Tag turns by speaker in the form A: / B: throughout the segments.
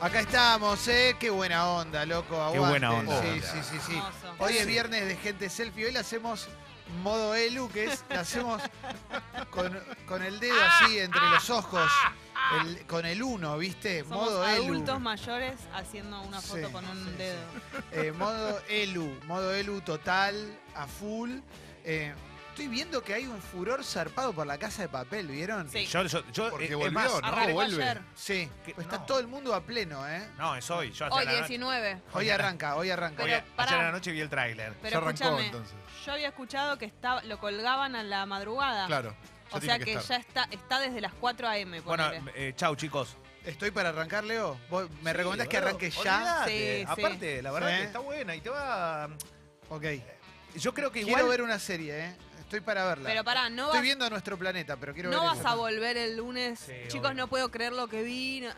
A: Acá estamos, ¿eh? Qué buena onda, loco.
B: Qué
A: Aguante.
B: buena onda.
A: Sí, sí, sí, sí.
C: Hermoso.
A: Hoy es viernes de gente selfie. Hoy la hacemos modo Elu, que es, la hacemos con, con el dedo
C: Ah.
A: así entre los ojos, el- con el uno, ¿viste?
C: Somos
A: modo Elu.
C: adultos mayores haciendo una foto
A: Sí,
C: con un
A: sí, sí.
C: dedo.
A: Eh, modo Elu, modo Elu total, a full. Eh, estoy viendo que hay un furor zarpado por la casa de papel, ¿vieron?
C: Sí.
B: Yo, yo, yo- eh,
D: Porque
B: es- es
D: volvió,
B: más,
D: ¿no?
C: Arrancó
D: vuelve.
C: ayer.
A: Sí,
B: Que-
A: pues está
B: no.
A: todo el mundo a pleno, ¿eh?
B: No, es hoy. Yo hasta
E: Hoy
B: la noche-
E: 19.
A: Hoy arranca, hoy arranca.
B: hoy a-
E: Pero
B: ayer
E: pará.
B: a la noche vi el tráiler.
D: Se
C: Pero
D: arrancó
C: escúchame,
D: entonces.
C: yo había escuchado que estaba, lo colgaban a la madrugada.
D: Claro. ya
C: o
D: tiene
C: sea que,
D: estar.
C: ya está, está desde las 4 a.m.
B: Bueno,
C: ponele.
B: eh, chau, chicos.
A: ¿Estoy para arrancar, Leo? ¿Vos ¿Me
B: Sí,
A: recomendás que
B: boludo,
A: arranque ya?
B: olvidate.
C: Sí, sí.
B: Aparte, la verdad
A: Sí.
B: que está buena y te va.
A: Ok.
B: Yo creo que igual.
A: Quiero ver una serie, ¿eh? Estoy para verla.
C: pero pará, no
A: Estoy
C: vas,
A: viendo a nuestro planeta, pero quiero
C: no
A: ver.
C: vas
A: esa.
C: a volver el lunes.
B: Sí,
C: Chicos,
B: obvio.
C: no puedo creer lo que vi. No.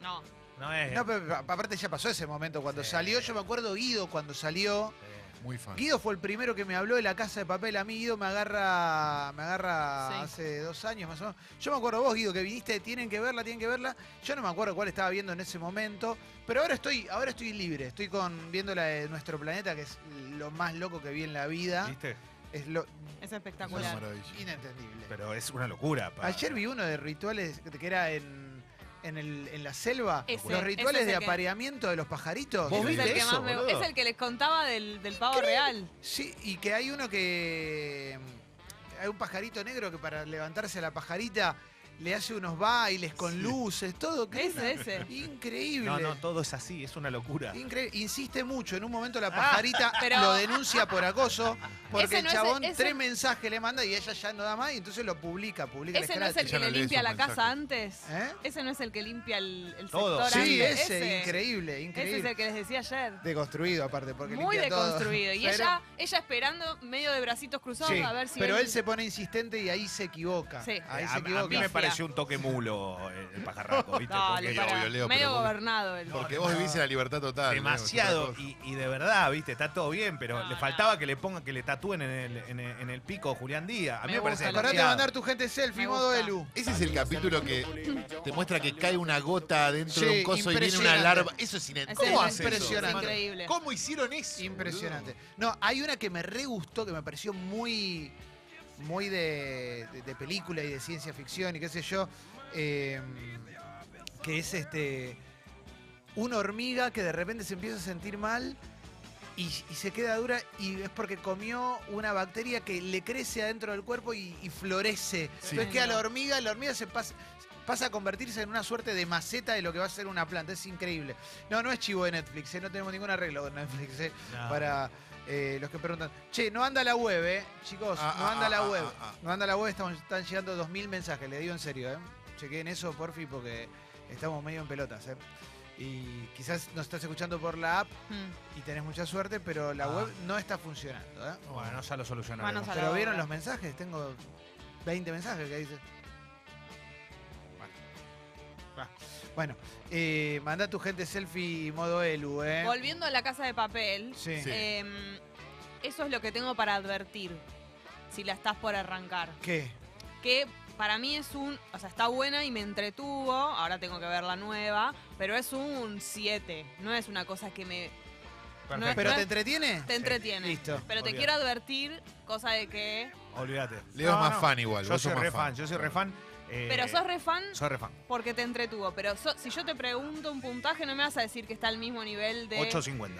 C: no.
B: No es.
A: Eh. No, pero pa- aparte ya pasó ese momento. Cuando
B: Sí.
A: salió, yo me acuerdo Guido cuando salió.
B: Sí.
D: Muy fan.
A: Guido fue el primero que me habló de la casa de papel. A mí Guido me agarra, me agarra
C: Sí.
A: hace dos años más o menos. Yo me acuerdo vos, Guido, que viniste, tienen que verla, tienen que verla. Yo no me acuerdo cuál estaba viendo en ese momento. Pero ahora estoy, ahora estoy libre. Estoy con viendo la de nuestro planeta, que es lo más loco que vi en la vida.
B: ¿Viste?
A: Es lo
C: Es
D: Una
C: espectacular.
D: maravilla.
A: inentendible.
B: Pero es una locura. pa.
A: Ayer vi uno de rituales que era en, en, el- en la selva.
C: Ese,
A: los rituales
C: ese es
A: de
C: el que-
A: apareamiento de los pajaritos.
B: ¿Vos
C: Ese es
B: viste
C: el que
B: eso,
C: más me-
B: boludo?
C: Es el que les contaba del, del pavo real.
A: Sí, y que hay uno que. mm, Hay un pajarito negro que para levantarse a la pajarita le hace unos bailes con luces, todo. que era
C: Ese, ese.
A: Increíble.
B: No, no, todo es así, es una locura. Eh,
A: Incre- Insiste mucho, en un momento
B: Ah.
A: la pajarita
C: pero-
A: lo denuncia por acoso, porque
E: Ese
A: el
E: no es el-
A: chabón
E: ese-
A: tres mensajes le manda y ella ya no da más y entonces lo publica, publica
C: Ese
A: el
C: no es el
A: scratch.
C: que
D: Ya no
C: le
D: leí
C: limpia
D: esos
C: la casa antes.
D: mensajes.
A: ¿Eh?
C: Ese no es el que limpia el, el
B: Todo.
C: sector
A: Sí,
C: antes.
A: ese, increíble,
C: Ese
A: increíble.
C: es el que les decía ayer.
A: Deconstruido, aparte, porque
C: Muy
A: limpia todo.
C: deconstruido. Y
A: Pero-
C: ella, ella esperando medio de bracitos cruzados
A: Sí,
C: a ver si.
A: pero él se pone insistente y ahí se equivoca.
C: Sí.
A: Ahí
B: Eh,
A: se
B: a, a
A: equivoca.
B: mí me pareció un toque mulo el, el pajarraco, ¿viste?
C: Dale,
B: Porque
D: Leo,
C: pará.
D: obvio, Leo,
C: medio
D: pero vos-
C: gobernado él.
D: Porque
B: No,
D: vos
B: no.
D: vivís en la libertad total. Leo, es
B: demasiado
D: otra cosa.
B: y, y de verdad, ¿viste? Está todo bien, pero
C: No,
B: le
C: no.
B: faltaba que le pongan, que le tatúen en el, en el, en el pico Julián Díaz. A mí
C: Me
B: me, parece
C: gusta,
A: Acordate de
B: demasiado.
A: mandar tu gente selfie,
C: Me
A: modo
C: gusta.
A: Elu.
D: Ese es el capítulo que te muestra que cae una gota dentro de
A: Sí,
D: un coso y viene una
A: impresionante.
D: larva. Eso es
C: Ese
D: inentendible.
A: ¿Cómo
C: es
A: hace eso?
C: impresionante.
A: hermano?
C: Increíble.
D: ¿Cómo hicieron eso?
A: Impresionante. No, hay una que me re gustó, que me pareció muy, muy de, de- de película y de ciencia ficción y qué sé yo, eh, que es este una hormiga que de repente se empieza a sentir mal y, y se queda dura y es porque comió una bacteria que le crece adentro del cuerpo y, y florece.
D: Sí.
A: Entonces queda la hormiga, la hormiga se pasa pasa a convertirse en una suerte de maceta de lo que va a ser una planta, es increíble. No, no es chivo de Netflix, eh, no tenemos ningún arreglo con Netflix. eh
D: Ah.
B: No.
A: para eh, los que preguntan, che, no anda la web, ¿eh? Chicos,
D: Ah,
A: no
D: ah,
A: anda
D: ah,
A: la
D: ah,
A: web.
D: ah, ah.
A: No anda la web, estamos, están llegando 2.000 mensajes, le digo en serio, ¿eh? Chequeen eso, porfi, porque estamos medio en pelotas, ¿eh? Y quizás nos estás escuchando por la app
C: Mm.
A: y tenés mucha suerte, pero la
B: Ah.
A: web no está funcionando, ¿eh?
B: Bueno, ya lo
C: Manos
B: solucionaremos.
C: a la
A: Pero vieron
C: obra.
A: los mensajes, tengo 20 mensajes que dicen. Bueno. Ah, Bueno, eh, mandá tu gente selfie modo Elu, ¿eh?
C: Volviendo a la casa de papel,
A: Sí.
D: Sí.
C: eh, eso es lo que tengo para advertir si la estás por arrancar.
A: ¿Qué?
C: que para mí es un, o sea, está buena y me entretuvo, ahora tengo que ver la nueva, pero es un 7, no es una cosa que me
B: Perfecto.
A: ¿Pero
C: No
A: te
C: es-
A: entretiene?
C: te entretiene.
A: Listo.
C: Pero te
B: Olvidate.
C: quiero advertir, cosa de
B: Eh.
C: que...
B: Olvídate.
D: Leo
B: No,
D: es más
B: no.
D: fan igual.
B: Yo
D: vos
B: soy
D: sos más
B: re fan, yo soy re fan. eh,
C: Pero sos re fan
B: Soy re fan.
C: porque te entretuvo, pero so- si yo te pregunto un puntaje no me vas a decir que está al mismo nivel de...
B: 8.50.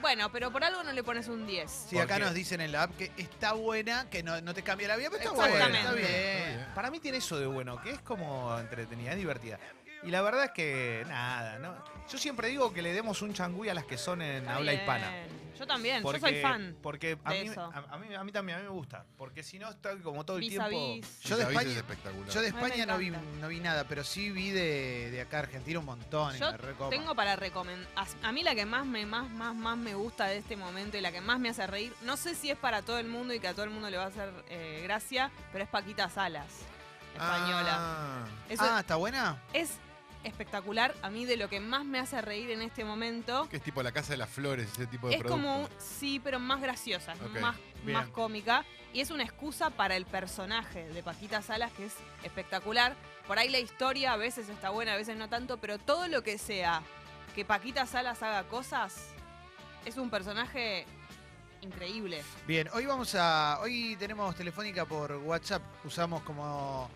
C: Bueno, pero por algo no le pones un 10.
A: Sí, acá
B: Porque-
A: nos dicen en la app que está buena, que no, no te cambia la vida, pero está buena. Está
C: Exactamente.
A: bien.
B: Para mí tiene eso de bueno, que es como entretenida, es divertida. Y la verdad es que nada, ¿no? Yo siempre digo que le demos un changüí a las que son en
C: Está
B: habla
C: bien.
B: hispana.
C: Yo también,
B: Porque,
C: yo soy fan.
B: Porque a
C: de
B: mí,
C: eso.
B: a, a mí, a mí también a mí me gusta. Porque si no, estoy como todo el
C: Vis a
B: tiempo.
C: vis.
A: Yo de España-
D: es espectacular.
A: Yo de
C: Ay, me
A: España no vi,
C: encanta.
A: no vi nada, pero sí vi de, de acá Argentina un montón. y
C: Yo
A: me recopa. Ah,
C: Tengo para recomendar. A mí la que más me, más, más, más me gusta de este momento y la que más me hace reír, no sé si es para todo el mundo y que a todo el mundo le va a hacer eh, gracia, pero es Paquita Salas, española.
D: Ah,
C: Eso
A: Ah, ¿está buena?
C: es espectacular. A mí de lo que más me hace reír en este momento
D: que es tipo la casa de las flores, ese tipo de
C: es
D: producto.
C: como, un- sí, pero más graciosa, es
D: Ok,
C: más,
A: bien.
C: más cómica. Y es una excusa para el personaje de Paquita Salas que es espectacular. Por ahí la historia a veces está buena, a veces no tanto, pero todo lo que sea que Paquita Salas haga cosas, es un personaje increíble.
A: Bien, hoy vamos a. Hoy tenemos telefónica por WhatsApp. Usamos como.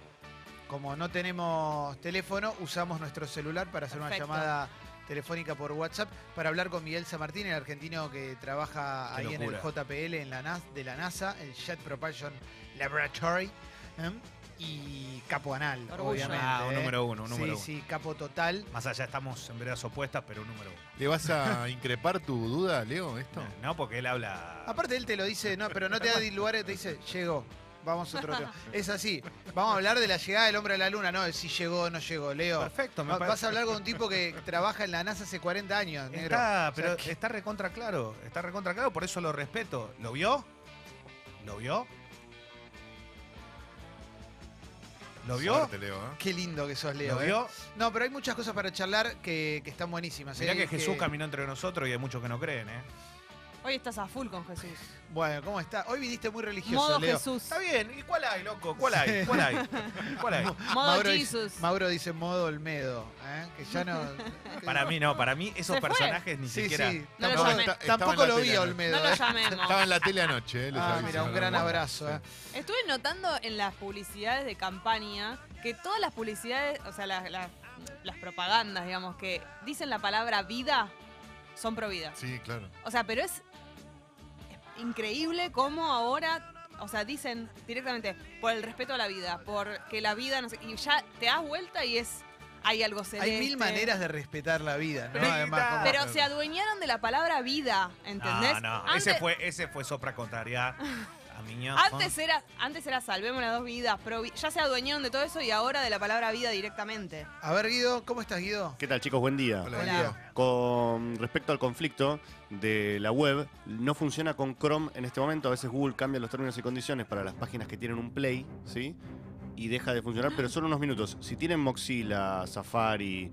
A: Como no tenemos teléfono, usamos nuestro celular para hacer
C: Perfecto.
A: una llamada telefónica por WhatsApp para hablar con Miguel San Martín, el argentino que trabaja
D: Qué
A: ahí
D: locura.
A: en el JPL en la NAS, de la NASA, el Jet Propulsion Laboratory. ¿em? Y capo anal,
C: Orgullo.
A: obviamente.
B: Ah, un
A: ¿eh?
B: número uno, un número
A: sí, sí, capo total.
B: Más allá estamos en veredas opuestas, pero un número uno.
D: ¿Le vas a increpar tu duda, Leo, esto?
B: No, porque él habla.
A: Aparte él te lo dice, no, pero no te da lugares, te dice, llegó. Vamos a otro tema. Es así. Vamos a hablar de la llegada del hombre a la luna, no, de si llegó o no llegó, Leo.
B: Perfecto, me
A: va-
B: parece.
A: Vas a hablar con un tipo que trabaja en la NASA hace 40 años, negro.
B: Está,
A: O sea,
B: pero
A: que-
B: está recontra claro, está recontra claro, por eso lo respeto. ¿Lo vio? ¿Lo vio? ¿Lo vio?
D: Suerte, Leo, ¿eh?
A: Qué lindo que sos, Leo.
B: ¿Lo
A: ¿eh?
B: vio?
A: No, pero hay muchas cosas para charlar que, que están buenísimas.
B: Mirá
A: ¿eh?
B: que Jesús caminó entre nosotros y hay muchos que no creen, ¿eh?
C: Hoy estás a full con Jesús.
A: Bueno, ¿cómo está? Hoy viniste muy religioso,
C: Modo
A: Leo.
C: Jesús.
B: Está bien, ¿y cuál hay, loco? ¿Cuál hay? ¿Cuál hay? ¿Cuál hay?
C: Modo
A: dice,
C: Jesus.
A: Mauro dice modo Olmedo, ¿eh? que ya no...
B: Para mí no, para mí esos
C: Se fue.
B: personajes ni
A: Sí,
B: siquiera.
A: sí.
C: No lo
A: Tampoco,
C: llamé.
D: Está-
A: tampoco
D: estaba en la
A: lo vi
D: tele
A: a
D: anoche.
A: Olmedo.
C: No lo
A: ¿eh?
C: llamemos.
D: Estaba en la tele anoche, eh, les
A: Ah,
D: aviso,
A: mira, un
D: no,
A: gran
D: no.
A: abrazo. ¿eh?
C: Estuve notando en las publicidades de campaña que todas las publicidades, o sea, las, las- las propagandas, digamos, que dicen la palabra vida, son providas.
D: Sí, claro.
C: O sea, pero es increíble cómo ahora, o sea, dicen directamente por el respeto a la vida, porque la vida, no sé, y ya te das vuelta y es, hay algo celeste.
A: Hay mil maneras de respetar la vida, ¿no?
B: Pero-
A: Además, como-
C: Pero se adueñaron de la palabra vida, ¿entendés?
B: No, no,
C: Antes-
B: ese fue, ese fue sopra contraria a mi
C: Antes era, antes era salvemos las dos vidas, pero vi- ya se adueñaron de todo eso y ahora de la palabra vida directamente.
A: A ver, Guido, ¿cómo estás, Guido?
E: ¿Qué tal chicos? Buen día.
D: Hola,
C: Hola.
D: Leo.
E: Con respecto al conflicto de la web, no funciona con Chrome en este momento. A veces Google cambia los términos y condiciones para las páginas que tienen un play, ¿sí? Y deja de funcionar, pero solo unos minutos. Si tienen Mozilla, Safari,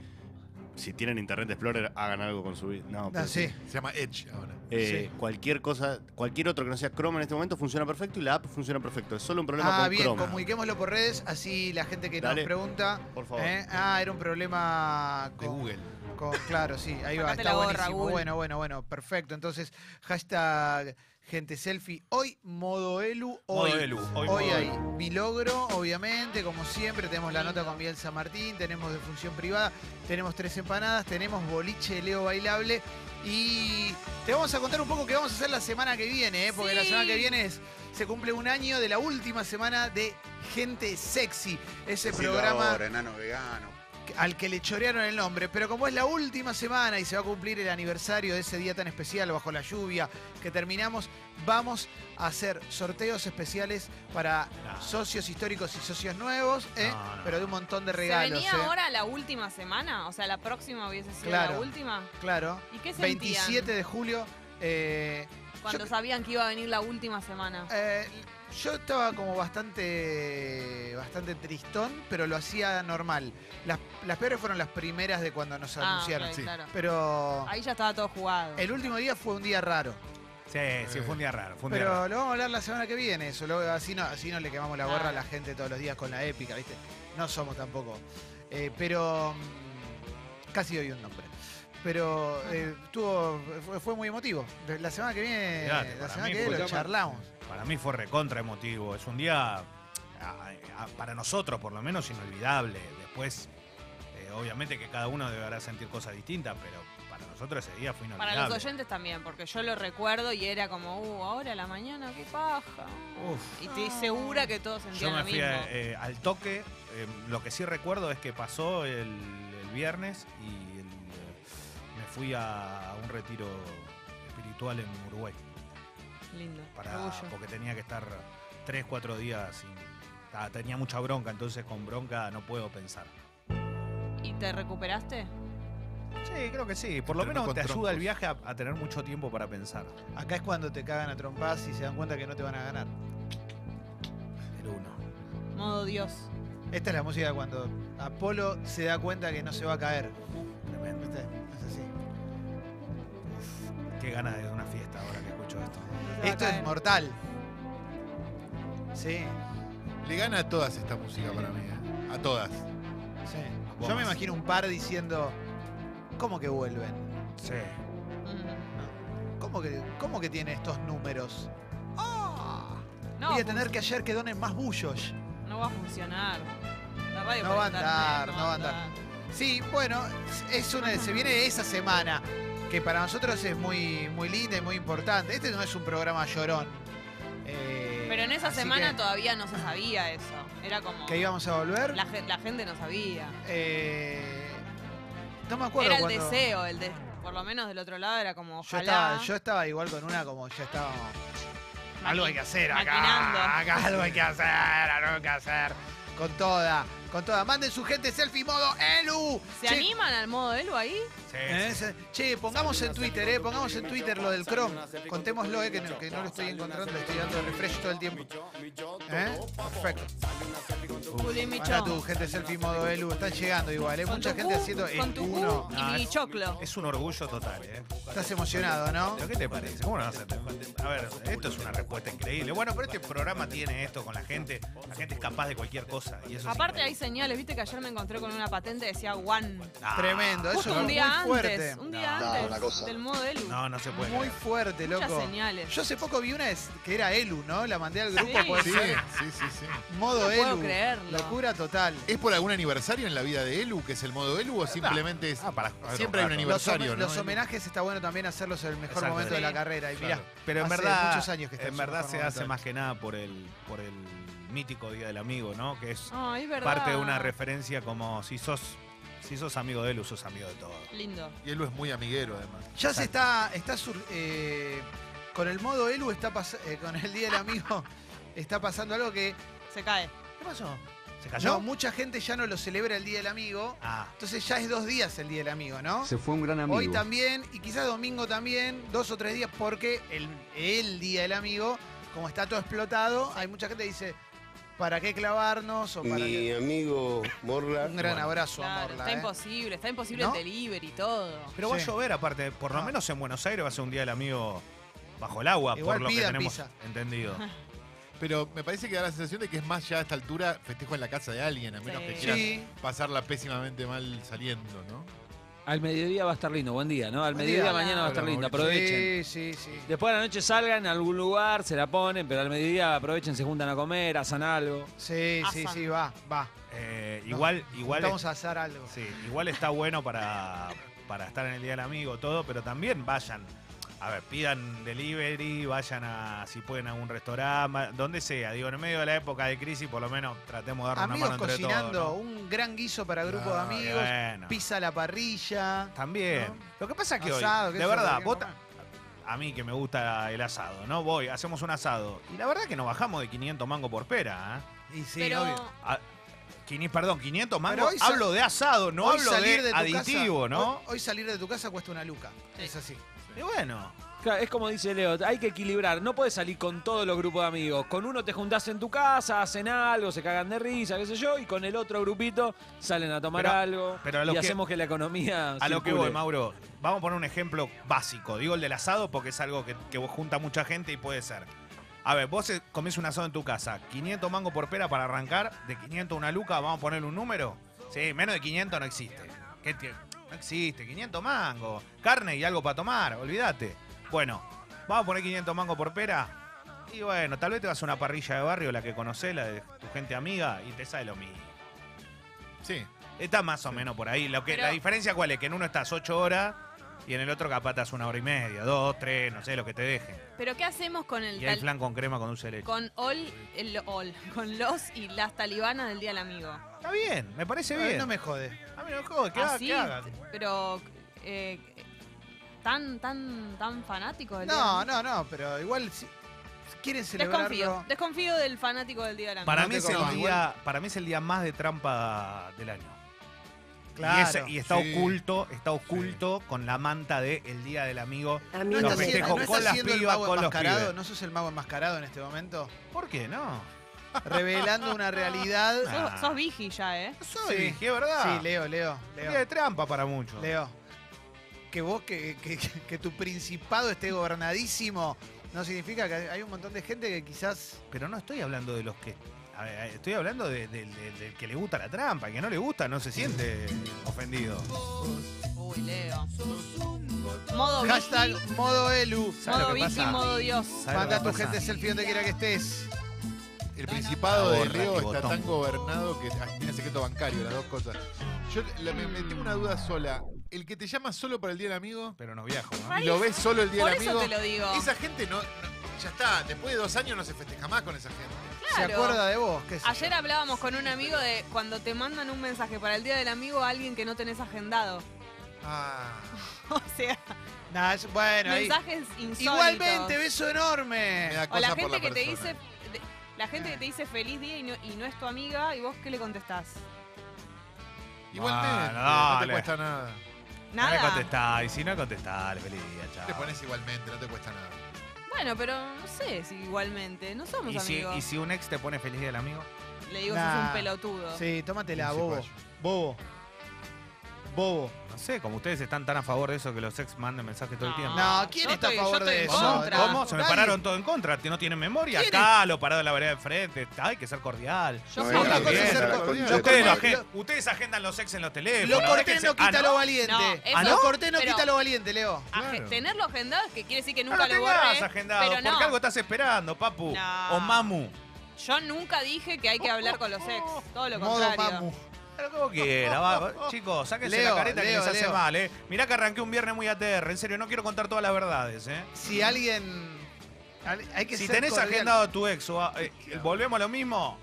E: si tienen Internet Explorer, hagan algo con su vida. No,
A: Ah,
E: pero
A: sí.
D: Se llama Edge ahora.
E: Eh,
A: sí.
E: Cualquier cosa, cualquier otro que no sea Chrome en este momento funciona perfecto y la app funciona perfecto. Es solo un problema
A: Ah,
E: con
A: bien,
E: Chrome.
A: comuniquémoslo por redes, así la gente que
E: Dale.
A: nos pregunta.
E: Por favor.
A: ¿eh? Ah, era un problema
D: De
A: con,
D: Google.
A: con- Claro, sí, ahí va,
C: Sacate
A: está
C: la gorra,
A: buenísimo.
C: Google.
A: Bueno, bueno, bueno, perfecto. Entonces, hashtag gente selfie. Hoy, modo Elu, hoy.
B: Modo Elu, hoy
A: Hoy
B: modo
A: hay
B: Elu.
A: mi logro, obviamente, como siempre, tenemos la nota con Miguel San Martín, tenemos de función privada, tenemos tres empanadas, tenemos boliche Leo bailable y te vamos a contar un poco qué vamos a hacer la semana que viene, ¿eh? porque la
C: Sí.
A: semana que viene es- se cumple un año de la última semana de Gente Sexy, ese
F: Decilo
A: programa
F: ahora, enano vegano.
A: al que le chorearon el nombre, pero como es la última semana y se va a cumplir el aniversario de ese día tan especial bajo la lluvia que terminamos, vamos a hacer sorteos especiales para
B: No.
A: socios históricos y socios nuevos, ¿eh?
B: No, no.
A: pero de un montón de
C: ¿Se
A: regalos.
C: venía
A: ¿eh?
C: ahora la última semana? O sea, la próxima hubiese sido la
A: Claro.
C: última.
A: Claro,
C: ¿Y qué sentían
A: 27 de julio. eh,
C: cuando
A: yo-
C: sabían que iba a venir la última semana?
A: eh, yo estaba como bastante bastante tristón, pero lo hacía normal. Las, las peores fueron las primeras de cuando nos
C: Ah,
A: anunciaron.
C: ok,
D: sí.
C: claro.
A: Pero
C: Ahí ya estaba todo jugado.
A: el último día fue un día raro.
B: Sí, sí, fue un día raro. Fue un día
A: Pero
B: raro.
A: lo vamos a hablar la semana que viene, eso. luego así, no, así no le quemamos la gorra a la
C: Claro.
A: gente todos los días con la épica, ¿viste? No somos tampoco. Eh, pero. mm, Casi doy un nombre. Pero eh, estuvo, fue, fue muy emotivo. De- La semana que viene,
B: Mirate,
A: Eh, la
B: para
A: semana
B: mí
A: que viene
B: fue-
A: lo charlamos.
B: Para mí fue recontra emotivo. Es un día, ah, ah, para nosotros por lo menos, inolvidable. Después, eh, obviamente que cada uno deberá sentir cosas distintas, pero para nosotros ese día fue inolvidable.
C: Para los oyentes también, porque yo lo recuerdo y era como, uh, ahora a la mañana, qué paja.
B: Uf.
C: Y estoy segura que todos
B: Yo
C: sentían
B: me
C: lo
B: fui
C: mismo.
B: eh, al toque. eh, lo que sí recuerdo es que pasó el, el viernes y el- me fui a un retiro espiritual en Uruguay.
C: Lindo.
B: para-
C: orgullo.
B: porque tenía que estar 3, 4 días sin. ta- Tenía mucha bronca, entonces con bronca no puedo pensar.
C: ¿Y te recuperaste?
B: Sí, creo que sí. Por lo
D: Entrenó
B: menos
D: con
B: te ayuda el
D: troncos.
B: viaje a, a tener mucho tiempo para pensar.
A: Acá es cuando te cagan a trompadas y se dan cuenta que no te van a ganar.
B: El uno.
C: Modo Dios.
A: Esta es la música cuando Apolo se da cuenta que no se va a caer.
B: Tremendo.
A: ¿Viste? Es así.
B: Qué ganas de una fiesta ahora que escucho esto.
C: No se va a
A: Esto es
C: caer.
A: mortal. Sí,
D: Le gana a todas esta música para mí, ¿eh? A todas.
A: sí.
B: Vos
A: Yo me
B: más.
A: imagino un par diciendo, ¿cómo que vuelven?
B: Sí.
C: Mm.
A: ¿Cómo que, cómo que tiene estos números? ¡Ah!
C: No, pues
A: Voy a
C: fun-
A: tener que ayer que donen más bullos.
C: no va a funcionar. La radio
A: No
C: por
A: va a
C: internet
A: andar, no va a andar. Sí, bueno, es una, se viene esa semana, que para nosotros es muy, muy linda y muy importante. Este no es un programa llorón. eh,
C: Pero en esa
A: así
C: semana
A: que,
C: todavía no se sabía eso. Era como.
A: que íbamos a volver.
C: la, gen- la gente no sabía.
A: eh, no me acuerdo
C: era el
A: cuando-
C: deseo, el de, por lo menos del otro lado era como
A: Yo
C: ojalá.
A: estaba, yo estaba igual con una como ya estábamos.
C: maqui-
A: Algo hay que hacer
C: maquinando.
A: acá. Acá algo hay que hacer, algo hay que hacer. Con toda, con toda. Manden su gente selfie modo Elu.
C: ¿Se
A: Che,
C: animan al modo Elu ahí?
B: Sí,
A: Eh,
B: sí.
A: se- Che, pongamos en Twitter, eh, pongamos en Twitter lo del Chrome. Contémoslo, eh, que no, que no lo estoy encontrando, le estoy dando refresh todo el tiempo. ¿Eh? Perfecto. Manda
C: Juli Michón.
A: tu gente selfie modo Elu, están llegando igual, eh.
C: Con
A: Mucha
C: tu
A: gente
C: cu,
A: haciendo el
C: Con tu cu
A: uno. Ah,
C: y
B: No,
C: mi
B: es-
C: choclo.
B: Es un orgullo total, ¿eh?
A: Estás emocionado, ¿no?
B: ¿Pero qué te parece? ¿Cómo no vas a tener- A ver, esto es una respuesta increíble. Bueno, pero este programa tiene esto con la gente. La gente es capaz de cualquier cosa. Y eso es
C: Aparte hay
B: increíble.
C: señales, viste que ayer me encontré con una patente que decía One.
B: Ah,
A: Tremendo, eso
C: Justo un
A: es
C: día
A: muy fuerte.
C: antes, un día
F: No, una
C: antes
F: cosa.
C: del modo Elu.
B: No, no se puede.
A: Muy
B: creer.
A: fuerte,
C: Muchas
A: loco.
C: señales.
A: Yo hace poco vi una es- que era Elu, ¿no? La mandé al grupo,
C: Sí.
A: puede
D: Sí,
A: ser.
D: sí, sí, sí.
A: Modo
C: No
A: Elu.
C: puedo creerlo.
A: Locura total.
D: ¿Es por algún aniversario en la vida de Elu, que es el modo Elu, o simplemente es.
B: Ah, para jugar
D: Siempre hay
B: un
D: un
B: rato.
A: Los, home-
D: aniversario, ¿no?
A: los homenajes está bueno también hacerlos en el mejor
B: Exacto.
A: momento de la
C: Sí.
A: carrera. Y mirá,
B: Pero en
A: hace
B: verdad,
A: muchos años que está en
B: en
A: su
B: verdad
A: mejor
B: se
A: momento.
B: hace más que nada por el, por el mítico Día del Amigo, ¿no? Que es
C: Ah, es verdad.
B: parte de una referencia como si sos, si sos amigo de él, sos amigo de todo.
C: Lindo.
D: Y Elu es muy amiguero, además.
A: Ya se está, está sur- eh, con el modo Elu está pas- eh, con el día del amigo está pasando algo que
C: Se cae.
A: ¿qué pasó?
B: ¿Se cayó?
A: No, mucha gente ya no lo celebra el día del amigo,
B: Ah,
A: entonces ya es dos días el día del amigo, ¿no?
G: Se fue un gran amigo.
A: Hoy también y quizás domingo también, dos o tres días porque el, el día del amigo, como está todo explotado, hay mucha gente que dice ¿para qué clavarnos? O para
H: Mi
A: qué-".
H: amigo Morla.
A: Un gran abrazo, ¿eh?
C: Claro,
A: amor.
C: está imposible, está imposible
A: ¿No?
C: el delivery y todo.
B: pero va
A: Sí.
B: a llover aparte, por lo
A: Ah.
B: menos en Buenos Aires va a ser un Día del Amigo bajo el agua,
A: Igual
B: por lo que
A: pidan
B: tenemos
A: pizza.
B: entendido.
D: Pero me parece que da la sensación de que es más ya a esta altura festejo en la casa de alguien, a menos
C: Sí.
D: que quieras
A: Sí.
D: pasarla pésimamente mal saliendo, ¿no?
G: Al mediodía va a estar lindo, buen día, ¿no? Al
A: Buen
G: mediodía
A: día.
G: mañana va a estar
D: Hola,
G: lindo,
D: Mauricio.
G: aprovechen.
A: Sí, sí, sí.
G: Después de la noche salgan a algún lugar, se la ponen, pero al mediodía aprovechen, se juntan a comer, hacen algo.
A: Sí, sí,
C: Asan.
A: sí, va, va.
B: Eh, igual, igual,
A: Vamos a hacer algo.
B: sí, igual está bueno para, para estar en el Día del Amigo, todo, pero también vayan. A ver, pidan delivery, vayan a, si pueden, a un restaurante, ma- donde sea. Digo, en medio de la época de crisis, por lo menos tratemos de darnos
A: Amigos
B: una mano entre
A: cocinando,
B: todos.
A: un gran guiso para grupo de
D: Ah,
B: ¿no? Y
A: amigos,
B: bueno.
A: pizza a la parrilla.
B: También.
A: ¿No?
B: Lo que pasa es que
A: Asado,
B: hoy,
A: qué sé
B: de
A: yo,
B: verdad,
A: cualquier
B: vos
A: cosa.
B: ta- a mí que me gusta el asado, ¿no? Voy, hacemos un asado. Y la verdad que nos bajamos de 500 mango por pera, ¿eh?
A: Y sí,
C: pero
A: obvio.
B: A- 500, perdón, 500 mango.
A: Pero hoy sal-
B: Hablo de asado, no
A: Hoy
B: hablo de,
A: tu
B: aditivo,
A: casa-
B: ¿no?
A: Hoy, hoy salir de tu casa cuesta una luca. Es así.
B: Y bueno,
G: Claro, es como dice Leo, hay que equilibrar, no puedes salir con todos los grupos de amigos. Con uno te juntás en tu casa, hacen algo, se cagan de risa, qué sé yo, y con el otro grupito salen a tomar
B: Pero-
G: algo
B: pero a lo
G: y
B: que-
G: hacemos que la economía
B: a lo que
G: circule.
B: voy, Mauro. Vamos a poner un ejemplo básico. Digo el del asado porque es algo que, que junta mucha gente y puede ser. A ver, vos eh, comés un asado en tu casa. 500 mango por pera para arrancar. De 500 una luca, vamos a ponerle un número. Sí, menos de 500 no existe. ¿Qué te- no existe. 500 mango. Carne y algo para tomar, olvídate. Bueno, vamos a poner 500 mango por pera. Y bueno, tal vez te vas a una parrilla de barrio, la que conocés, la de tu gente amiga, y te sale lo mismo.
D: Sí.
B: Está más o menos por ahí. Lo que,
C: Pero-
B: la diferencia cuál es, que en uno estás ocho horas y en el otro capaz estás una hora y media, dos, tres, no sé, lo que te dejen.
C: Pero ¿qué hacemos con el
B: Y hay
C: tal-
B: flan con crema con dulce de leche.
C: con all, el all, con los y las talibanas del día del amigo?
B: Está bien, me parece
A: Ay,
B: bien.
A: no me jode.
B: A mí no me jode, que haga,
C: Así,
B: que haga.
C: pero eh, tan tan tan fanático del día
A: No,
C: del amigo.
A: no, no, pero igual si, si quieren celebrarlo.
C: Desconfío, desconfío del fanático del día del amigo.
B: Para,
A: No
B: mí
A: te
B: es el
A: comas,
B: día, para mí es el día más de trampa del año.
A: Claro.
B: Y, ese- y está
D: Sí.
B: oculto, está oculto con la manta de el Día del Amigo.
A: No
B: Los
A: estás siendo,
B: festejos
A: no
B: con
A: estás
B: las
A: siendo el
B: pibas,
A: mago
B: con los
A: enmascarado,
B: pibes.
A: no sos el mago enmascarado en este momento,
B: ¿Por qué no?
A: revelando una realidad.
B: Ah.
C: Sos, sos vigi ya, ¿eh?
A: Soy,
B: Sí, es verdad.
A: Sí, Leo, Leo,
B: Un día de
A: Leo.
B: trampa para muchos.
A: Leo. Que vos, que, que- que tu principado esté gobernadísimo, no significa que hay un montón de gente que quizás
B: Pero no estoy hablando de los que A ver, a- estoy hablando de- del- del- del que le gusta la trampa, el que no le gusta no se siente ofendido.
C: Uy, Leo. Modo
A: Hashtag
C: Vicky,
A: modo Elu.
B: ¿Sabes lo
C: modo
B: que
C: Vicky,
B: pasa?
C: modo Dios.
B: ¿Sabes
A: Manda a
B: lo que
A: tu
B: pasa?
A: gente selfie donde quiera que estés.
D: El Principado de
B: Ahorra,
D: Río
B: tipo,
D: está
B: Tom.
D: tan gobernado que ah, tiene secreto bancario, las dos cosas. Yo la- me, me tengo una duda sola. El que te llama solo para el Día del Amigo
B: Pero no viajo, ¿no?
D: y lo ves solo el Día
C: Por
D: del
C: eso
D: Amigo,
C: te lo digo.
D: esa gente no, no- Ya está, después de dos años no se festeja más con esa gente.
A: Se
C: Claro.
A: acuerda de vos. qué sé yo.
C: Ayer hablábamos con un amigo de cuando te mandan un mensaje para el Día del Amigo a alguien que no tenés agendado.
D: Ah,
C: O sea,
A: Nah, es- bueno, ahí.
C: mensajes insólitos.
A: Igualmente, beso enorme.
D: me da
C: O
D: cosa
C: la
D: por
C: gente que te
D: persona.
C: dice de- la gente que te dice feliz día y no, y no es tu amiga y vos qué le contestás?
D: Igualmente,
B: Ah,
D: no te
B: dale.
D: cuesta nada.
B: No me
C: Nada.
B: contestá, y si no contestá, feliz día, chao.
D: Te pones igualmente, no te cuesta nada.
C: bueno, pero no sé si igualmente, no somos
B: ¿Y si,
C: amigos.
B: y si un ex te pone feliz día del amigo?
C: Le digo sos
A: Nah.
C: un pelotudo.
A: Sí, tómatela,
D: Sí,
A: bobo.
D: payo.
A: Bobo. Bobo.
B: No sé, como ustedes están tan a favor de eso que los ex manden mensajes todo el
C: No.
B: tiempo.
A: No, ¿quién
C: yo
A: está
C: estoy-
A: a
C: yo
A: favor
C: estoy
A: de
C: en
A: eso?
C: contra.
B: ¿Cómo? Se me
A: Nadie.
B: pararon todo en contra. No tienen memoria.
A: ¿Quién
B: Acá, lo parado en la vereda de frente. Ay, que ser cordial.
C: Yo
E: No,
C: soy-
A: Otra
E: eh,
A: cosa es
E: bien,
A: ser
E: a la
A: cordial.
E: concha
A: Lo
E: de tu
B: Ustedes, lo
E: madre.
A: corté,
B: agen- ustedes agendan los ex en los teléfonos.
A: Este, lo
B: La verdad
A: corté
B: que se-
A: no
B: Ah,
A: quita lo valiente.
C: No, ¿Ah, eso-
A: Lo corté no
C: pero-
A: quita lo valiente, Leo.
C: Aje-
D: Claro.
C: Tenerlo agendado es que quiere decir que
B: No
C: nunca
B: lo
C: lo
B: tengas
C: borré.
B: agendado.
C: pero no,
B: Porque algo estás esperando, papu.
C: No.
B: O mamu.
C: yo nunca dije que hay que hablar con los ex. Todo lo
A: Modo
C: contrario.
A: mamu.
B: Pero como quiera, va, va. Chicos, sáquense
A: Leo,
B: la careta que
A: Leo,
B: les hace
A: Leo.
B: mal, ¿eh? Mirá que arranqué un viernes muy ATR. En serio, no quiero contar todas las verdades, ¿eh?
A: Si alguien. al- Hay que
B: Si
A: ser
B: tenés
A: cordial.
B: agendado a tu ex o a- eh, volvemos a lo mismo,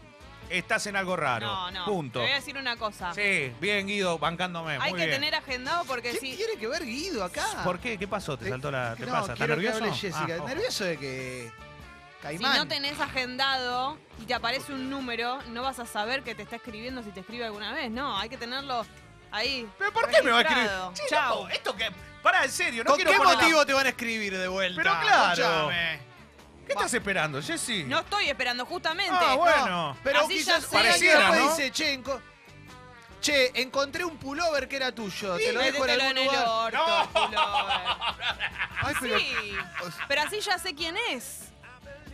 B: estás en algo raro.
C: No, no.
B: Punto.
C: Te voy a decir una cosa.
B: Sí, bien Guido, bancándome.
C: hay
B: muy
C: que
B: bien.
C: tener agendado porque
A: ¿Qué
C: si
A: tiene que ver Guido acá?
B: ¿Por qué? ¿Qué pasó? ¿Te
A: Te-
B: saltó la.? ¿Te
A: Eh, no,
B: pasa? ¿Estás
A: quiero que
B: nervioso?
A: hable Jessica.
B: Ah, ojo.
A: nervioso de que.
C: Si
A: Caimán.
C: no tenés agendado y te aparece un número, no vas a saber que te está escribiendo si te escribe alguna vez. No, hay que tenerlo ahí.
B: ¿Pero por qué me va a escribir?
C: registrado.
B: Che,
C: Chau.
B: loco, esto que. Pará, en serio, no
A: ¿Con
B: quiero
A: qué
B: poner la-
A: motivo te van a escribir de vuelta?
B: Pero claro.
A: Escuchame.
B: ¿Qué estás esperando, Jessy?
C: No estoy esperando, justamente.
B: Ah, bueno.
A: Pero
C: Así ya
A: quizás
C: sé.
B: Pareciera,
A: pareciera,
B: ¿no?
A: dice, che, enco- che, encontré un pullover que era tuyo. te lo dejo en
C: Métetelo
A: algún
C: en el
A: lugar.
C: orto, culo.
D: Ay, pero-
C: Sí. Pero así ya sé quién es.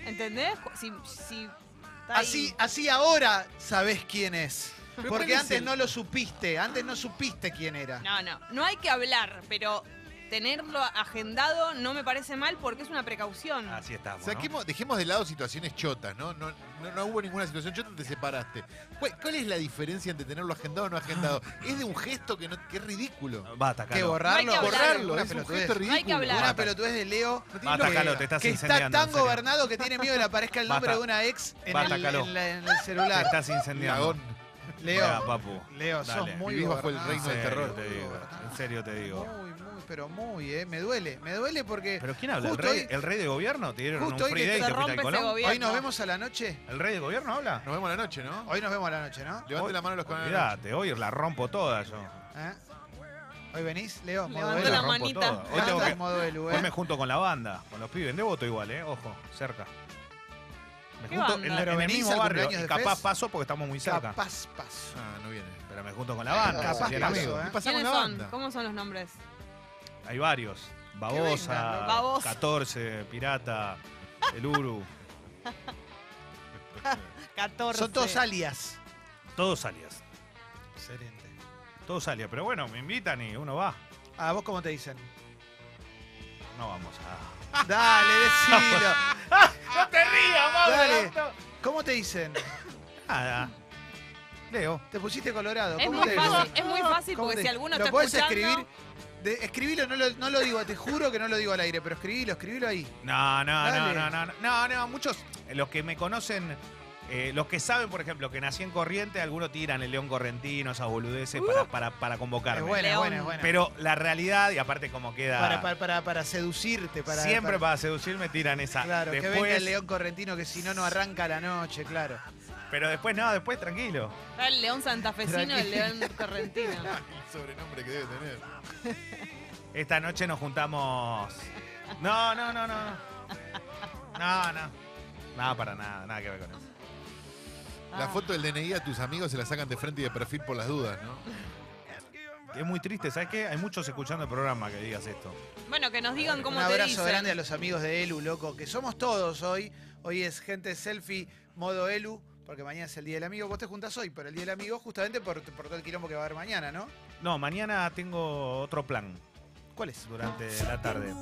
C: ¿Entendés? Si. si está ahí.
A: Así, así ahora sabés quién es.
D: Pero ¿cuál
A: Porque
D: es
A: antes
D: el-
A: no lo supiste, antes no supiste quién era.
C: No, no. No hay que hablar, pero tenerlo agendado no me parece mal porque es una precaución.
B: Así estamos. ¿no?
D: Saquemos- dejemos de lado situaciones chotas, ¿no? No, no, no hubo ninguna situación chota, te separaste. ¿Cuál, cuál es la diferencia entre tenerlo agendado o no agendado? es de un gesto que, no, que es ridículo.
B: Basta,
A: ¿Qué,
B: Calo.
A: borrarlo?
C: hablar.
D: Borrarlo,
A: una
D: es un gesto
A: pelotudez.
D: ridículo.
C: No hay que hablar.
A: Una pelotudez de Leo
B: Basta,
A: que-
B: Calo, te estás
A: que está
B: incendiando.
A: tan
B: en serio.
A: gobernado que tiene miedo de que le aparezca el nombre
B: Basta.
A: de una ex en,
B: Basta,
A: el,
B: Calo.
A: en la- en el
B: Te
A: celular.
B: estás incendiando.
D: Dragón.
A: Leo,
B: Ya, papu.
A: Leo,
B: Dale.
A: sos muy
D: Vivís bajo el
A: gobernado.
B: En
D: reino del
B: serio
D: terror.
B: te digo. En serio te digo.
A: Muy, muy, pero muy, eh. Me duele, me duele porque
B: ¿Pero quién habla? ¿El
A: Justo
B: rey,
A: hoy-
B: el rey de gobierno? ¿Te dieron un
A: justo hoy
B: free
A: que
B: day y
A: se
B: te fuiste al
C: rompe ese
B: Colón?
C: gobierno.
A: hoy nos vemos a la noche.
B: ¿El rey de gobierno habla?
D: Nos vemos la noche, ¿no?
A: Hoy nos vemos a la noche, ¿no?
D: Levante la mano los que van a la noche.
B: Mirate, hoy la rompo toda yo.
A: ¿Eh? ¿Hoy venís, Leo? Modo
C: Levantó
B: Hoy
A: Elu.
C: la
B: rompo
C: manita.
B: toda. Hoy, tengo
A: Hashtag
B: que-
A: modo Elu,
B: hoy me
A: ¿eh?
B: junto con la banda, con los pibes. De voto igual, ¿eh? Ojo, cerca. Me
C: ¿Qué
B: junto
C: banda?
B: en, la-
A: Pero
B: en el
A: venís
B: mismo
A: al
B: barrio.
A: cumpleaños
B: y
A: de
B: capaz
A: Fez.
B: paso porque estamos muy cerca.
A: Capaz paso.
D: Ah, no viene.
B: Pero me junto con la banda.
A: Capaz
B: sería el
A: paso,
B: amigo.
A: ¿eh?
D: Y pasamos
C: ¿Quiénes
D: la
C: son?
D: banda.
C: ¿Cómo son los nombres?
B: Hay varios.
A: vengan,
B: Babosa,
C: ¿no? Babosa.
B: 14, Pirata, El Uru.
C: 14.
A: Son todos alias.
B: Todos alias.
A: Excelente.
B: Todos alias. Pero bueno, me invitan y uno va.
A: ¿A Ah, vos cómo te dicen?
B: No vamos a.
A: Dale, decilo.
B: ¡No te rías, Mauro!
A: Dale.
B: No, no.
A: ¿Cómo te dicen?
B: Nada. Leo.
A: Te pusiste colorado.
C: Es
A: ¿Cómo
C: muy
A: te
C: fácil,
A: dicen?
C: es muy fácil
A: ¿Cómo
C: porque
A: te-
C: si alguno
A: ¿Lo
C: está
A: podés
C: escuchando-
A: escribir? De- escribilo, no lo, no lo digo, te juro que no lo digo al aire, pero escribilo, escribilo ahí.
B: No, no, no,
A: Dale.
B: no, no, no, no, no, muchos, eh, los que me conocen, eh, los que saben, por ejemplo, que nací en Corriente, algunos tiran el León Correntino, esas boludeces para, para, para convocarme.
A: Es buena, es
C: León.
A: buena, es buena.
B: Pero la realidad, y aparte como queda,
A: para, para, para, para seducirte, para.
B: siempre para,
A: para-
B: seducirme tiran esa.
A: Claro,
B: después,
A: que venga el león correntino que si no, no arranca la noche, claro.
B: Pero después, no, después tranquilo.
C: Está el león santafesino y el león correntino.
D: El sobrenombre que debe tener.
B: Esta noche nos juntamos... No, no, no, no. No, no. No, para nada, nada que ver con eso.
A: Ah.
D: La foto del DNI a tus amigos se la sacan de frente y de perfil por las dudas, ¿no?
B: Es muy triste, ¿sabes qué? Hay muchos escuchando el programa que digas esto.
C: Bueno, que nos digan cómo
A: Un
C: te
A: abrazo
C: dicen.
A: grande a los amigos de Elu, loco, que somos todos hoy. Hoy es gente selfie, modo Elu, Porque mañana es el Día del Amigo. Vos te juntás hoy, pero el Día del Amigo justamente por, por todo el quilombo que va a haber mañana, ¿no?
B: No, mañana tengo otro plan
A: ¿Cuál es?
B: durante la tarde.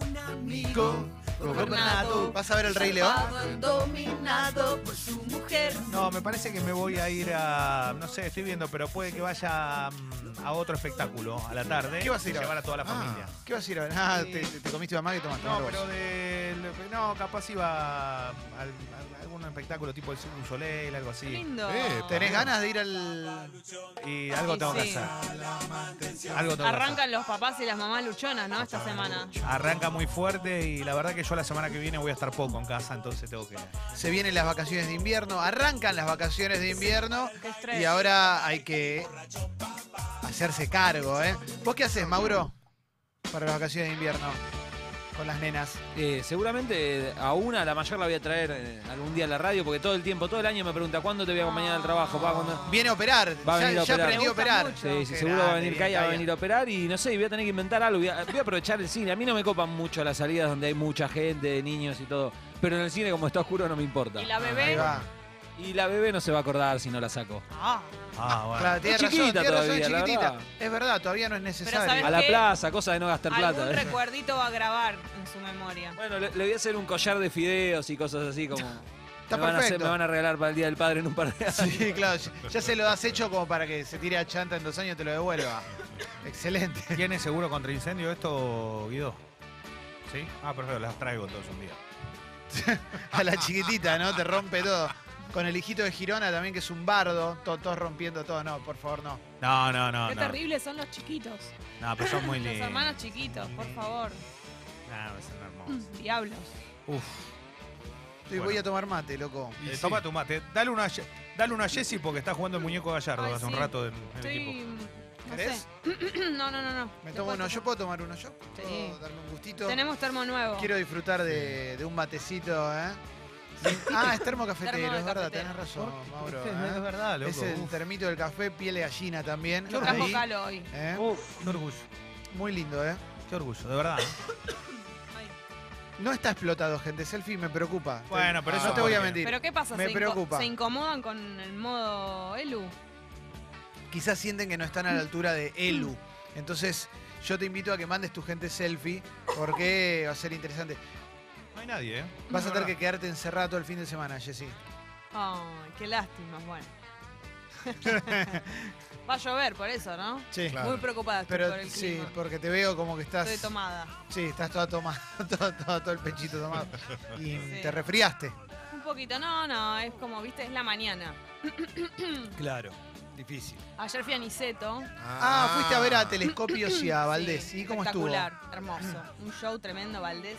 C: Gobernado.
A: ¿Vas a ver el Rey León?
F: dominado por su mujer.
B: No, me parece que me voy a ir a. No sé, estoy viendo, pero puede que vaya mm, a otro espectáculo a la tarde.
A: ¿Qué vas a ir a
B: Llevar
A: ver?
B: a toda la familia.
A: ¿Qué vas a ir a ver? Ah,
B: Sí.
A: te, te- te comiste una maga y tomaste
B: No,
A: una
B: pero
A: rosa.
B: de. No, capaz iba a, al- a algún espectáculo tipo el Cirque du Soleil, algo
C: Qué
B: así.
C: lindo.
D: Eh,
A: ¿Tenés ganas de ir al...?
B: Y algo
C: Y
B: tengo que
C: sí.
B: hacer. Algo tengo que hacer.
C: Arrancan los papás y las mamás luchonas, ¿no? Esta semana.
B: Arranca muy fuerte y la verdad que yo la semana que viene voy a estar poco en casa, entonces tengo que.
A: Se vienen las vacaciones de invierno, arrancan las vacaciones de invierno
C: Qué estrés.
A: y ahora hay que hacerse cargo, ¿eh? ¿Vos qué haces, Mauro, para las vacaciones de invierno con las nenas?
G: Eh, seguramente eh, a una, la mayor la voy a traer eh, algún día a la radio, porque todo el tiempo, todo el año me pregunta cuándo te voy a acompañar al trabajo, pa, ¿Cuándo?
A: Viene a operar,
G: Va a
A: ya,
G: venir a
A: ya
G: operar.
A: aprendió a
C: Me gusta
A: operar.
C: mucho.
G: Sí, sí,
A: Qué
G: seguro va a
A: grande,
G: venir
A: bien,
G: Calla, va a
A: Calla.
G: venir a operar y no sé, voy a tener que inventar algo. Voy a, voy a aprovechar el cine. A mí no me copan mucho las salidas donde hay mucha gente, niños y todo. Pero en el cine, como está oscuro, no me importa.
C: Y la
A: Ahí
C: bebé.
A: va.
G: Y la bebé no se va a acordar si no la saco.
C: Ah,
B: Ah, bueno.
A: Claro, tiene
G: Es
A: razón,
G: chiquita
A: tiene razón,
G: todavía, la
A: chiquitita.
G: verdad.
A: Es verdad, todavía no es necesario.
G: A
C: ¿sabes?
G: la
C: qué?
G: plaza, cosa de no gastar plata.
C: algún
G: ¿eh?
C: recuerdito va a grabar en su memoria.
G: Bueno, le, le voy a hacer un collar de fideos y cosas así como.
A: Está
G: me, van a hacer-
A: perfecto.
G: me van a regalar para el Día del Padre en un par de años.
A: Sí, claro, ya- ya se lo has hecho como para que se tire a chanta en dos años y te lo devuelva. Excelente.
B: ¿Tiene seguro contra incendio esto, Guido? ¿Sí? Ah, perfecto, las traigo todos un día.
A: A la chiquitita, ¿no? Te rompe todo. Con el hijito de Girona también, que es un bardo, to- todos rompiendo todo. No, por favor, no.
B: No, no, no.
C: Qué
B: no.
C: terribles son los chiquitos.
B: No, pero son muy
C: Los
B: lindos.
C: hermanos chiquitos, por favor.
B: No, pero son hermosos.
A: Mm,
C: Diablos.
B: Uf.
A: Estoy- Voy
B: Bueno.
A: a tomar mate, loco.
B: Eh, Toma tu mate. Dale una, a Ye- dale una a Jessy porque está jugando el muñeco Gallardo
C: Ay,
B: hace un
C: sí.
B: rato del del
C: Estoy. mm,
B: equipo.
C: No
A: ¿Querés?
C: sé. No, no, no, no.
A: Me
C: Te
A: tomo
C: puedo
A: uno.
C: tomar.
A: ¿Yo puedo tomar uno yo? ¿Puedo
C: Sí.
A: darme un gustito?
C: Tenemos termo nuevo.
A: Quiero disfrutar de, de un matecito, ¿eh? Sí. Ah, es termo cafetero,
C: Termo
A: es verdad,
C: cafetero.
A: tenés razón, Mauro.
B: Este,
A: ¿eh?
B: Es verdad, loco.
A: Es el
B: Uf,
A: termito del café, piel de gallina también.
C: Lo
A: Ahí,
C: trajo Calo hoy.
A: ¿eh?
B: uf, qué orgullo.
A: Muy lindo, ¿eh?
B: Qué orgullo, de verdad. ¿eh?
C: Ay.
A: No está explotado, gente. Selfie me preocupa. Te-
B: Bueno, pero
D: Ah,
B: eso
A: no te voy a
B: porque-
A: mentir.
C: Pero ¿qué pasa?
A: Me
C: ¿Se inco-
A: preocupa.
C: ¿Se incomodan con el modo Elu?
A: quizás sienten que no están a la altura de Elu. Entonces, yo te invito a que mandes tu gente selfie porque va a ser interesante.
B: No hay nadie, ¿eh?
A: Vas a
B: Es
A: tener
B: verdad.
A: que quedarte encerrado todo el fin de semana, Jessy.
C: Ay, qué lástima. Bueno. Va a llover por eso, ¿no?
A: Sí,
C: Muy preocupada estoy
A: Pero
C: por el
A: sí,
C: clima.
A: porque te veo como que estás.
C: Estoy tomada.
A: Sí, estás toda tomada, todo, todo- todo el pechito tomado. Y
C: Sí. Mm.
A: te resfriaste.
C: Un poquito, no, no, es como, viste, es la mañana.
A: Claro, difícil.
C: Ayer fui a Niceto.
A: Ah, fuiste a ver a Telescopios y a Valdés.
C: Sí,
A: ¿Y cómo estuvo?
C: Espectacular, hermoso. Un show tremendo, Valdés.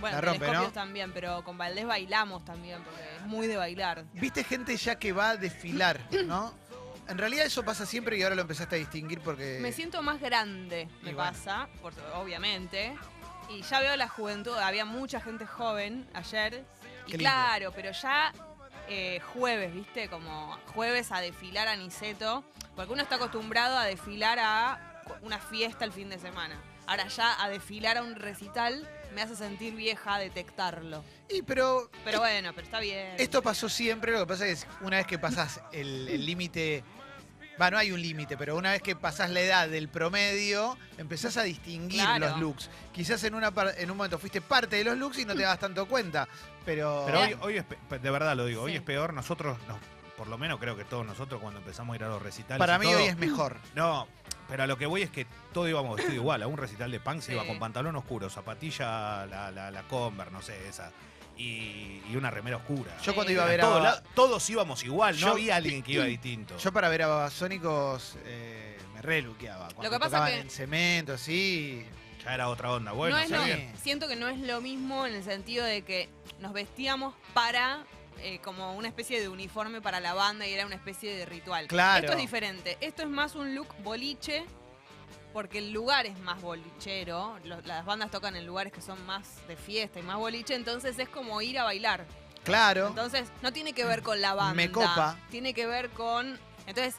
C: Bueno,
A: La rompe,
C: Telescopios
A: ¿no?
C: también, pero con Valdés bailamos también, porque es muy de bailar.
A: Viste gente ya que va a desfilar, ¿no? En realidad eso pasa siempre y ahora lo empezaste a distinguir porque.
C: Me siento más grande,
A: Eh, Y
C: me
A: bueno.
C: pasa, por- obviamente. Y ya veo la juventud, había mucha gente joven ayer. Y
A: Qué lindo.
C: claro, pero ya eh, jueves, ¿viste? Como jueves a desfilar a Niceto. Porque uno está acostumbrado a desfilar a cu- una fiesta el fin de semana. Ahora ya a desfilar a un recital me hace sentir vieja detectarlo.
A: Y pero
C: Pero bueno, pero está bien.
A: Esto pasó siempre, lo que pasa es una vez que pasás el el límite, va, no hay un límite, pero una vez que pasás la edad del promedio, empezás a distinguir
C: Claro.
A: los looks. Quizás en, una par- en un momento fuiste parte de los looks y no te das tanto cuenta, pero...
B: Pero hoy, hoy es pe- pe- de verdad lo digo, hoy
C: Sí.
B: es peor. Nosotros, no, por lo menos creo que todos nosotros cuando empezamos a ir a los recitales.
A: para
B: y
A: mí
B: todo,
A: hoy es mejor.
B: No, pero a lo que voy es que todos íbamos vestidos igual. A un recital de punk se
C: Sí.
B: iba con pantalón oscuro, zapatilla, la, la, la Converse, no sé, esa. Y, y una remera oscura.
A: Yo cuando
C: Sí.
A: iba a ver a...
B: todos,
A: Ba-
B: la- todos íbamos igual, no
A: Yo-
B: había alguien que iba distinto.
A: Yo para ver a Babasónicos eh, me reluqueaba. Cuando
C: que pasa
A: tocaban
C: que-
A: en cemento, así...
B: ya era otra onda. Bueno,
C: no es
B: está
C: lo-
A: sí.
B: bien.
C: siento que no es lo mismo en el sentido de que nos vestíamos para eh, como una especie de uniforme para la banda y era una especie de ritual.
A: Claro.
C: Esto es diferente. Esto es más un look boliche porque el lugar es más bolichero. Lo- las bandas tocan en lugares que son más de fiesta y más boliche, entonces es como ir a bailar.
A: Claro.
C: Entonces no tiene que ver con la banda.
A: Me copa.
C: Tiene que ver con... Entonces...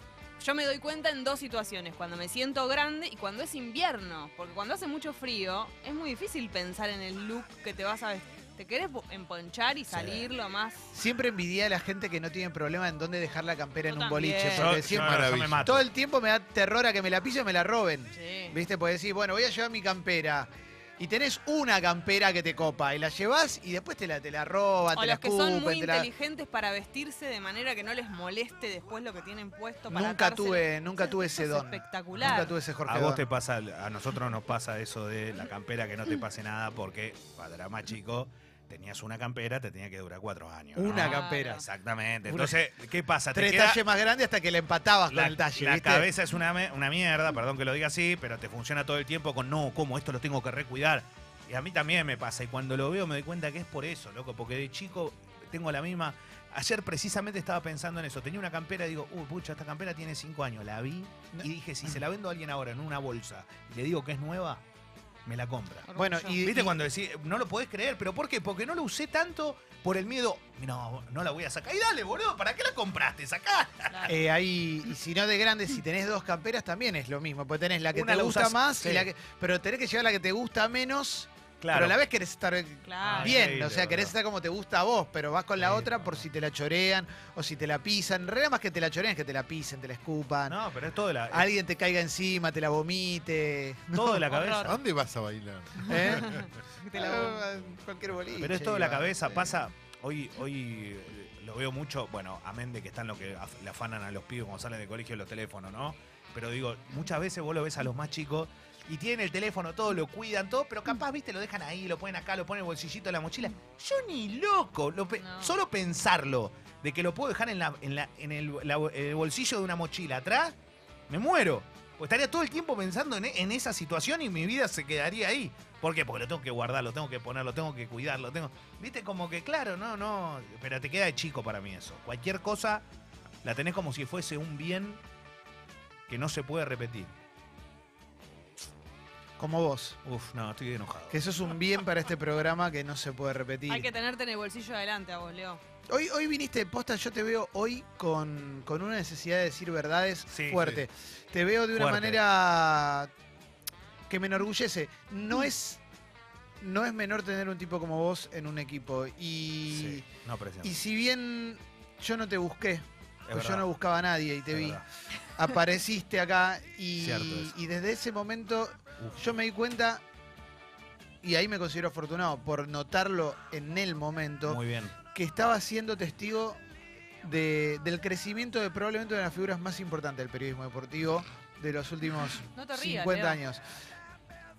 C: Yo me doy cuenta en dos situaciones, cuando me siento grande y cuando es invierno, porque cuando hace mucho frío es muy difícil pensar en el look que te vas a, ves- Te querés po- emponchar y salir lo más.
A: Siempre envidié a la gente que no tiene problema en dónde dejar la campera en
C: Yo
A: un
C: también.
A: boliche.
C: Yo-
A: Porque
B: yo
A: siempre-
B: me
D: Maravilloso.
B: mato.
A: todo el tiempo me da terror a que me la pillen y me la roben.
C: Sí.
A: ¿Viste? Porque decís, bueno, voy a llevar mi campera. Y tenés una campera que te copa. Y la llevás y después te la, te la roban,
C: O
A: te la
C: los que son
A: escupen,
C: muy
A: te la-
C: inteligentes para vestirse de manera que no les moleste después lo que tienen puesto para
A: Nunca
C: atárselo.
A: tuve, nunca tuve ese
C: Eso es
A: don.
C: espectacular.
A: Nunca tuve ese Jorge
B: A vos
A: don.
B: te pasa, a nosotros nos pasa eso de la campera que no te pase nada porque cuando era más chico tenías una campera, te tenía que durar cuatro años. ¿no?
A: Una
C: Claro.
A: campera.
B: Exactamente.
A: Una-
B: Entonces, ¿qué pasa? Te
A: Tres
B: queda-
A: talles más grandes hasta que la empatabas
B: la,
A: con el talle,
B: la
A: ¿viste?
B: cabeza es una, me- una mierda, perdón que lo diga así, pero te funciona todo el tiempo con no, ¿cómo? Esto lo tengo que recuidar. Y a mí también me pasa. Y cuando lo veo me doy cuenta que es por eso, loco, porque de chico tengo la misma. Ayer precisamente estaba pensando en eso. Tenía una campera y digo, uy, pucha, esta campera tiene cinco años. La vi y dije, si se la vendo a alguien ahora en una bolsa y le digo que es nueva, me la compra.
A: Bueno,
C: Orgullo.
A: y,
B: ¿Viste
A: y-
B: cuando decís, no lo podés creer, pero ¿por qué? Porque no lo usé tanto por el miedo. No, no la voy a sacar. Y dale, boludo, ¿para qué la compraste? Sacá.
C: Claro.
A: eh, ahí, y si no de grande, si tenés dos camperas también es lo mismo. Porque tenés la que
B: Una
A: te
B: la
A: gusta
B: usás,
A: más,
B: sí.
A: y la que- pero tenés que llevar la que te gusta menos. Pero a la vez querés estar
C: Claro.
A: bien,
B: increíble,
A: o sea, querés
B: boludo.
A: estar como te gusta a vos, pero vas con la
B: Sí,
A: otra por
B: boludo.
A: si te la chorean o si te la pisan. En realidad, más que te la chorean es que te la pisen, te la escupan.
B: No, eh. pero es todo de la, es
A: Alguien te caiga encima, te la vomite.
B: todo de la
C: Horror.
B: cabeza.
D: ¿A dónde vas a bailar?
A: ¿eh?
C: Te la-
A: Ah, cualquier boliche.
B: Pero es todo de la
A: iba,
B: cabeza.
A: sí.
B: Pasa, hoy, hoy eh, lo veo mucho, bueno, amén de que están lo que af- le afanan a los pibes cuando salen del colegio los teléfonos, ¿no? Pero digo, muchas veces vos lo ves a los más chicos y tienen el teléfono, todo, lo cuidan, todo, pero capaz, viste, lo dejan ahí, lo ponen acá, lo ponen en el bolsillito de la mochila. Yo ni loco, lo pe-
C: No.
B: solo pensarlo, de que lo puedo dejar en, la, en, la- en el, la- el bolsillo de una mochila atrás, me muero. Pues estaría todo el tiempo pensando en, e- en esa situación y mi vida se quedaría ahí. ¿Por qué? Porque lo tengo que guardar, lo tengo que poner, lo tengo que cuidar, lo tengo. Viste, como que claro, no, no. Pero te queda de chico para mí eso. Cualquier cosa la tenés como si fuese un bien que no se puede repetir.
A: Como vos.
B: Uf, no, estoy enojado.
A: Que eso es un bien para este programa que no se puede repetir.
C: Hay que tenerte en el bolsillo adelante a vos, Leo.
A: Hoy, hoy viniste de posta, yo te veo hoy con, con una necesidad de decir verdades
B: Sí,
A: fuerte. Te veo de una
B: Fuerte.
A: manera que me enorgullece.
B: Mm.
A: No es, no es menor tener un tipo como vos en un equipo. Y,
B: Sí, no presión.
A: y si bien yo no te busqué,
B: Es
A: pues yo
B: verdad,
A: no buscaba a nadie y te
B: es
A: vi,
B: verdad.
A: apareciste acá y,
B: Cierto eso.
A: y desde ese momento
B: Uf.
A: yo me di cuenta, y ahí me considero afortunado por notarlo en el momento
B: Muy bien.
A: que estaba siendo testigo de- del crecimiento de probablemente una de las figuras más importantes del periodismo deportivo de los últimos
C: No te rías,
A: 50
C: Leo.
A: años.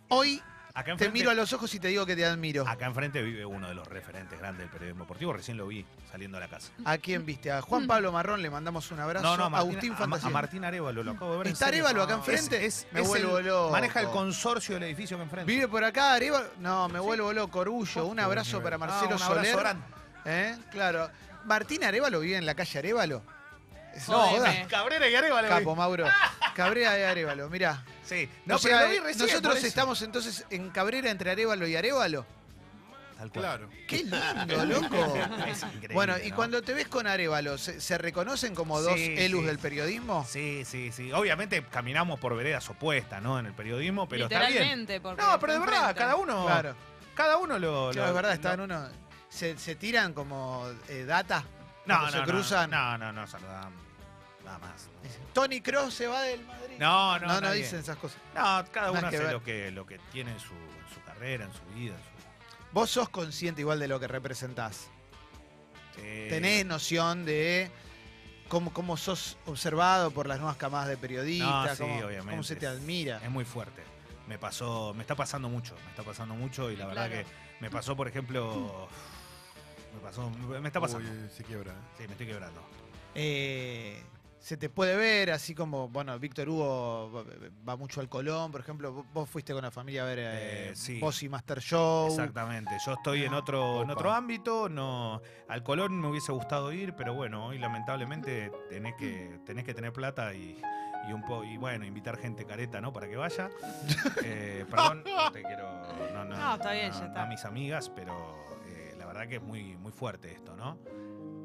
A: Hoy
B: Acá
A: te
B: enfrente,
A: miro a los ojos y te digo que te admiro.
B: acá enfrente vive uno de los referentes grandes del periodismo deportivo. Recién lo vi saliendo a la casa.
A: ¿A quién viste? A Juan Pablo Marrón le mandamos un abrazo.
B: No, no, a Martín,
A: Agustín
B: a, Ma- a
A: Fantasía.
B: Martín Arevalo, lo acabo de ver. en
A: ¿Está
B: serio.
A: Arevalo acá
B: No,
A: enfrente?
B: Es, es-
A: Me
B: es
A: vuelvo
B: el-
A: loco.
B: Maneja el consorcio del edificio que enfrente.
A: ¿Vive por acá, Areva? No, me vuelvo loco, orgullo. Un
B: Qué
A: abrazo
B: nivel.
A: para
B: Ah,
A: Marcelo
B: un abrazo
A: Soler.
B: grande.
A: ¿Eh? Claro. ¿Martín Arevalo vive en la calle Arevalo? Es una
C: No,
A: joda.
C: dime.
B: Cabrera y Arevalo.
A: Capo, Mauro. Cabrera de Arevalo, mirá.
B: Sí,
A: No,
B: no,
A: o
B: pero
A: sea,
B: lo vi recién, por
A: nosotros
B: eso.
A: estamos entonces en Cabrera entre Arevalo y Arevalo.
B: Tal cual.
D: Claro.
A: Qué lindo, loco.
B: Es increíble,
A: bueno, y
B: ¿no?
A: cuando te ves con Arevalo, ¿se, se reconocen como dos
B: Sí,
A: Elus
B: sí.
A: del periodismo?
B: Sí, sí, sí. Obviamente caminamos por veredas opuestas, ¿no? En el periodismo, pero está bien.
C: Literalmente, porque
B: No, pero de verdad,
C: enfrentan.
B: cada uno.
A: Claro,
B: Cada uno lo.
A: claro,
B: lo-
A: es verdad,
B: lo-
A: están uno. Se, se tiran como eh, data.
B: No,
A: cuando
B: no,
A: se
B: no,
A: cruzan.
B: No, no, no, saludamos. Nada más.
A: Tony Cross se va del Madrid.
B: No, no,
A: no, no
B: nadie.
A: dicen esas cosas.
B: No,
A: Nada
B: cada uno
A: que
B: hace
A: ver.
B: lo que, lo que tiene en su, en su carrera, en su vida. en su-
A: Vos sos consciente igual de lo que representás.
B: Eh,
A: Tenés noción de cómo, cómo sos observado por las nuevas camadas de periodistas,
B: No, sí,
A: cómo,
B: obviamente.
A: cómo se te
B: Es- em-
A: admira.
B: Es muy fuerte. Me pasó, me está pasando mucho, me está pasando mucho y la
C: Sí,
B: verdad
C: claro.
B: que me pasó, por ejemplo,
A: Mm.
B: me pasó, me me está pasando.
D: Uy, se quiebra. ¿eh?
B: Sí, me estoy quebrando.
A: Eh, se te puede ver, así como, bueno, Víctor Hugo va- va mucho al Colón, por ejemplo, vos- vos fuiste con la familia a ver eh,
B: Eh, sí.
A: vos y Master Show.
B: Exactamente. Yo estoy en otro, en
D: Opa.
B: otro ámbito, no. Al Colón me hubiese gustado ir, pero bueno, hoy lamentablemente tenés que, tenés que tener plata y, y un po, y bueno, invitar gente careta, ¿no? Para que vaya. Eh, perdón, no te quiero. No, no,
C: No, está bien, ya
B: no
C: está.
B: a mis amigas, pero eh, la verdad que es muy, muy fuerte esto, ¿no?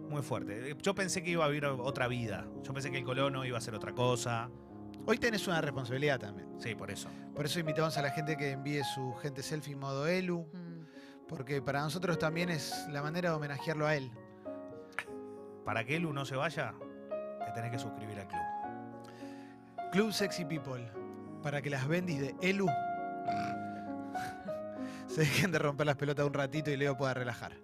B: Muy fuerte. Eh, Yo pensé que iba a haber otra vida. Yo pensé que el colono iba a ser otra cosa.
A: Hoy tenés una responsabilidad también.
B: Sí, por eso.
A: Por eso invitamos a la gente que envíe su gente selfie modo Elu,
C: Mm.
A: porque para nosotros también es la manera de homenajearlo a él.
B: Para que Lu no se vaya, te tenés que suscribir al club.
A: Club Sexy People, para que las bendis de Elu se dejen de romper las pelotas un ratito y Leo pueda relajar.